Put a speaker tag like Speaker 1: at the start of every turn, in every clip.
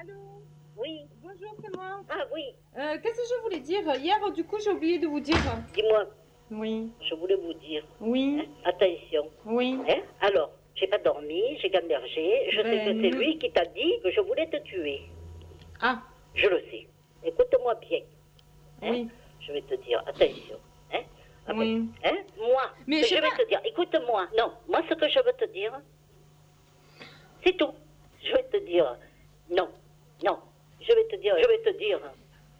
Speaker 1: Allô
Speaker 2: Oui.
Speaker 1: Bonjour, c'est moi.
Speaker 2: Ah oui,
Speaker 3: Euh, Qu'est-ce que je voulais dire Hier, du coup, j'ai oublié de vous dire. hein.
Speaker 2: dis-moi,
Speaker 3: Oui,
Speaker 2: je voulais vous dire, hein,
Speaker 3: oui,
Speaker 2: attention.
Speaker 3: oui.
Speaker 2: Hein. Alors, j'ai pas dormi, j'ai gambergé. Je sais
Speaker 3: Ben,
Speaker 2: que c'est
Speaker 3: non.
Speaker 2: lui qui t'a dit que je voulais te tuer.
Speaker 3: Ah,
Speaker 2: Je le sais. Écoute-moi bien. hein.
Speaker 3: oui,
Speaker 2: Je vais te dire, attention. Hein. Ah ben,
Speaker 3: oui.
Speaker 2: hein, Moi,
Speaker 3: Mais
Speaker 2: je
Speaker 3: je sais
Speaker 2: vais
Speaker 3: pas.
Speaker 2: te dire, écoute-moi. Non, moi, ce que je veux te dire, c'est tout. Je vais te dire, non, non. Je vais te dire, je vais te dire.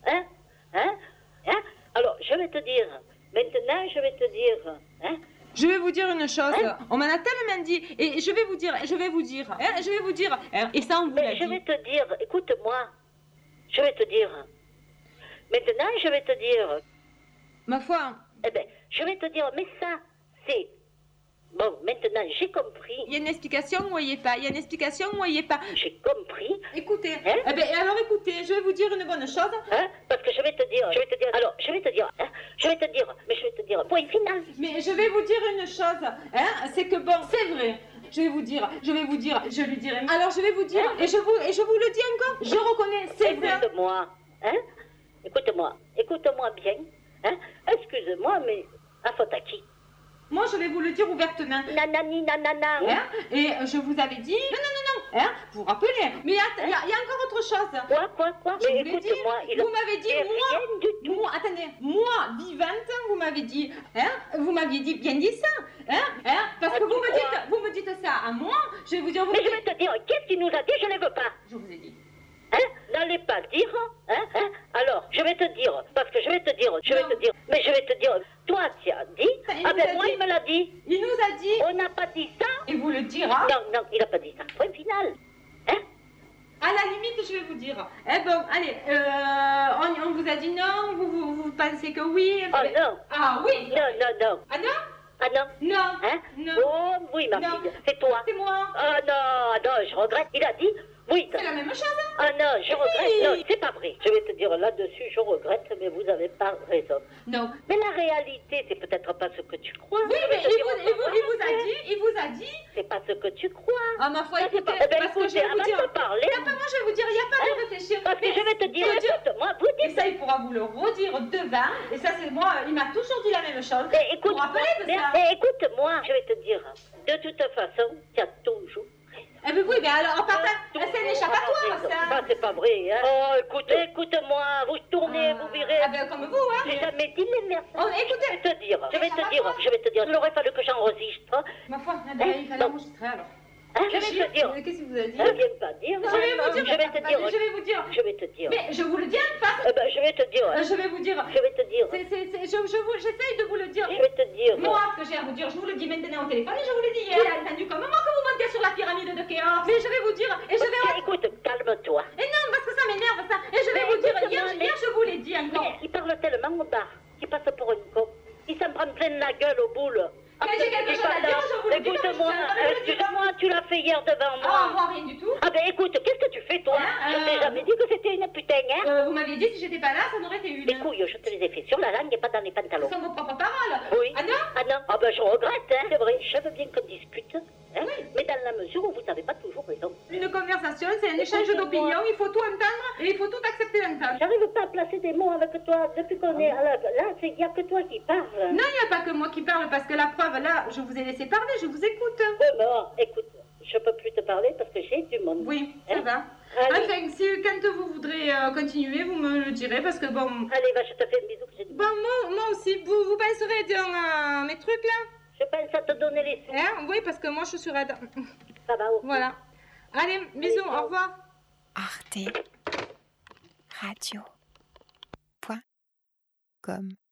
Speaker 2: Hein Hein Hein Alors, je vais te dire. Maintenant, je vais te dire. Hein
Speaker 3: Je vais vous dire une chose.
Speaker 2: Hein
Speaker 3: On m'en a tellement dit. Et je vais vous dire, je vais vous dire, hein, je vais vous dire. hein, Et ça, on vous l'a
Speaker 2: Mais je
Speaker 3: dit.
Speaker 2: vais te dire, écoute-moi, je vais te dire. Maintenant, je vais te dire,
Speaker 3: Ma foi,
Speaker 2: eh ben, je vais te dire, mais ça, c'est. Bon, maintenant, j'ai compris,
Speaker 3: il y a une explication ou il n'y est pas. Il y a une explication ou il n'y est pas.
Speaker 2: j'ai compris,
Speaker 3: Écoutez.
Speaker 2: Hein
Speaker 3: eh ben, alors écoutez, je vais vous dire une bonne chose.
Speaker 2: hein, parce que je vais te dire, je vais te dire, alors, je vais te dire, hein, je vais te dire, mais je vais te dire, point final.
Speaker 3: Mais je vais vous dire une chose, hein, c'est que bon, c'est vrai. Je vais vous dire, je vais vous dire, je lui dirai. Alors je vais vous dire, et je vous, et je vous le dis encore, Eh ben. je reconnais, c'est vrai.
Speaker 2: Écoute-moi, hein, écoute-moi, écoute-moi bien, hein, excuse-moi, mais à faute à qui
Speaker 3: Moi je vais vous le dire ouvertement.
Speaker 2: Nanani, nanana,
Speaker 3: Hein, et euh, je vous avais dit, non, non, non, non, hein, vous vous rappelez. Mais il y, a- il y a il y a encore autre chose.
Speaker 2: quoi, quoi, quoi,
Speaker 3: Je
Speaker 2: mais
Speaker 3: voulais
Speaker 2: écoute-moi, il a
Speaker 3: Vous m'avez dit,
Speaker 2: rien
Speaker 3: moi,
Speaker 2: du tout.
Speaker 3: moi, attendez, moi, vivante, vous m'avez dit, hein, vous m'aviez dit, bien dit ça, hein, hein, parce
Speaker 2: Ah,
Speaker 3: que vous
Speaker 2: tu
Speaker 3: me
Speaker 2: crois
Speaker 3: dites, vous me dites ça à moi, je vais vous dire, vous
Speaker 2: Mais
Speaker 3: me
Speaker 2: je
Speaker 3: dites,
Speaker 2: vais te dire, qu'est-ce qu'il nous a dit Je ne veux pas.
Speaker 3: je vous ai dit.
Speaker 2: Hein N'allez pas dire. Hein hein Alors, je vais te dire, parce que je vais te dire, je
Speaker 3: Non.
Speaker 2: vais te dire, mais je vais te dire, toi, tu as dit.
Speaker 3: Ça, il
Speaker 2: Ah
Speaker 3: nous
Speaker 2: ben,
Speaker 3: a
Speaker 2: moi,
Speaker 3: dit.
Speaker 2: il me l'a dit.
Speaker 3: Il nous a dit,
Speaker 2: On n'a pas dit ça.
Speaker 3: il vous le dira.
Speaker 2: Non, non, il n'a pas dit ça. Point final. Hein
Speaker 3: À la limite, je vais vous dire. Eh bon, allez, euh, on, on vous a dit non, vous, vous, vous pensez que oui.
Speaker 2: Oh
Speaker 3: mais-
Speaker 2: non.
Speaker 3: Ah oui
Speaker 2: Non, non, non.
Speaker 3: Ah non
Speaker 2: Ah non.
Speaker 3: Non
Speaker 2: Hein
Speaker 3: Non
Speaker 2: Oh, oui, ma
Speaker 3: Non.
Speaker 2: fille, c'est toi.
Speaker 3: C'est moi
Speaker 2: Ah non, non, je regrette. Il a dit, oui.
Speaker 3: C'est la même chose hein
Speaker 2: Ah non, je regrette.
Speaker 3: Oui.
Speaker 2: Non, c'est pas vrai. Je vais te dire là-dessus, je regrette, mais vous n'avez pas raison.
Speaker 3: Non.
Speaker 2: Mais la réalité, c'est peut-être pas ce que tu crois.
Speaker 3: Oui,
Speaker 2: Je
Speaker 3: mais
Speaker 2: vais te
Speaker 3: il
Speaker 2: dire,
Speaker 3: vous, il vous- il vous a dit, il vous a dit.
Speaker 2: C'est pas ce que tu crois.
Speaker 3: Ah ma foi,
Speaker 2: Ça, c'est
Speaker 3: écoutez,
Speaker 2: pas... Eh ben,
Speaker 3: parce que je
Speaker 2: écoutez, Hein
Speaker 3: vais vous
Speaker 2: avant de
Speaker 3: dire.
Speaker 2: te parler,
Speaker 3: Il y a pas- moi, je vais vous dire, il n'y a pas de réfléchir.
Speaker 2: parce que
Speaker 3: Mais-
Speaker 2: je vais te dire,
Speaker 3: je veux dire-
Speaker 2: écoute-moi, vous
Speaker 3: Et
Speaker 2: dites...
Speaker 3: ça, il pourra vous le redire devant. Et ça, c'est moi, il m'a toujours dit la même chose.
Speaker 2: Mais
Speaker 3: Vous
Speaker 2: écoute,
Speaker 3: vous rappelez de
Speaker 2: mais-
Speaker 3: ça
Speaker 2: mais écoute-moi, je vais te dire, de toute façon, tu as toujours...
Speaker 3: Eh ben oui, mais alors, papa,
Speaker 2: toujours
Speaker 3: Eh, c'est un échappatoire,
Speaker 2: raison.
Speaker 3: ça.
Speaker 2: c'est pas vrai, hein Oh, écoute... Écoute-moi, vous tournez, vous virez...
Speaker 3: Ah ben, comme vous, hein.
Speaker 2: J'ai jamais dit les merci.
Speaker 3: Oh, écoutez.
Speaker 2: Je vais te dire, je vais
Speaker 3: Mais ça
Speaker 2: te
Speaker 3: va
Speaker 2: dire,
Speaker 3: pas
Speaker 2: je vais te dire, il aurait fallu que j'enregistre, hein,
Speaker 3: Ma foi, eh ben, il fallait
Speaker 2: Non.
Speaker 3: enregistrer alors.
Speaker 2: je vais te dire,
Speaker 3: Euh, Qu'est-ce que vous avez dit
Speaker 2: ne viens pas dire, hein.
Speaker 3: Je vais vous dire.
Speaker 2: je vais te
Speaker 3: attendez, Je
Speaker 2: dire,
Speaker 3: vais vous dire.
Speaker 2: je vais te dire,
Speaker 3: Mais je vous le dis en face.
Speaker 2: Eh ben, je vais te dire,
Speaker 3: euh, Je vais vous dire.
Speaker 2: je vais te dire,
Speaker 3: C'est, c'est, c'est- je, je vous, j'essaye de vous le dire.
Speaker 2: je vais te dire...
Speaker 3: Moi, ce que j'ai à vous dire, je vous le dis maintenant au téléphone et je vous le dis hier. Il a entendu comme moi que vous montez sur la pyramide de Khéops. Mais je vais vous dire, et je vais.
Speaker 2: Tiens, Écoute, calme-toi.
Speaker 3: Et non, parce que ça m'énerve ça. Et je vais
Speaker 2: Mais
Speaker 3: vous dire, hier,
Speaker 2: écoute-moi,
Speaker 3: hier, je vous l'ai dit encore.
Speaker 2: Il parle tellement au bar qu'il passe pour une con. Il s'en prend plein la gueule aux boules.
Speaker 3: Mais j'ai quelque chose à dire, je vous le dis, comme
Speaker 2: Écoute-moi,
Speaker 3: je suis en train de le dire.
Speaker 2: excuse-moi, euh, tu l'as fait hier devant
Speaker 3: Ah,
Speaker 2: moi.
Speaker 3: moi, rien du tout.
Speaker 2: Ah ben écoute, qu'est-ce que tu fais toi
Speaker 3: Hein,
Speaker 2: Je t'ai
Speaker 3: euh,
Speaker 2: jamais dit que c'était une putain, hein
Speaker 3: Euh, vous m'aviez dit si j'étais pas là, ça n'aurait été une.
Speaker 2: Les couilles, je te les ai fait sur la langue et pas dans les
Speaker 3: Ce
Speaker 2: pantalons.
Speaker 3: sont vos propres paroles.
Speaker 2: Oui.
Speaker 3: Ah non
Speaker 2: Ah non, ah ben je regrette, hein, c'est vrai. Je veux bien qu'on discute, hein, mais dans la mesure où vous n'avez pas toujours raison.
Speaker 3: Une conversation, c'est un échange d'opinions, il faut tout entendre et il faut tout accepter d'entendre.
Speaker 2: J'arrive pas à placer des mots avec toi depuis qu'on est à la... Là, il n'y a que toi qui parles.
Speaker 3: Non, il n'y a pas que moi qui parle parce que la preuve, là, je vous ai laissé parler, je vous écoute.
Speaker 2: Demain, Euh, écoute, je peux plus te parler parce que j'ai du monde.
Speaker 3: Oui, ça va.
Speaker 2: Allez,
Speaker 3: Enfin, si quand vous voudrez euh, continuer, vous me le direz parce que bon.
Speaker 2: allez, va, je te fais un bisou. que j'ai-
Speaker 3: Bon, moi, moi aussi, vous, vous penserez dans euh, mes trucs là
Speaker 2: Je pense à te donner les sous.
Speaker 3: hein Oui, parce que moi je suis raide.
Speaker 2: Ça va, ok.
Speaker 3: Voilà. Allez, bisous, au revoir.
Speaker 4: Arte Radio. Point. Com.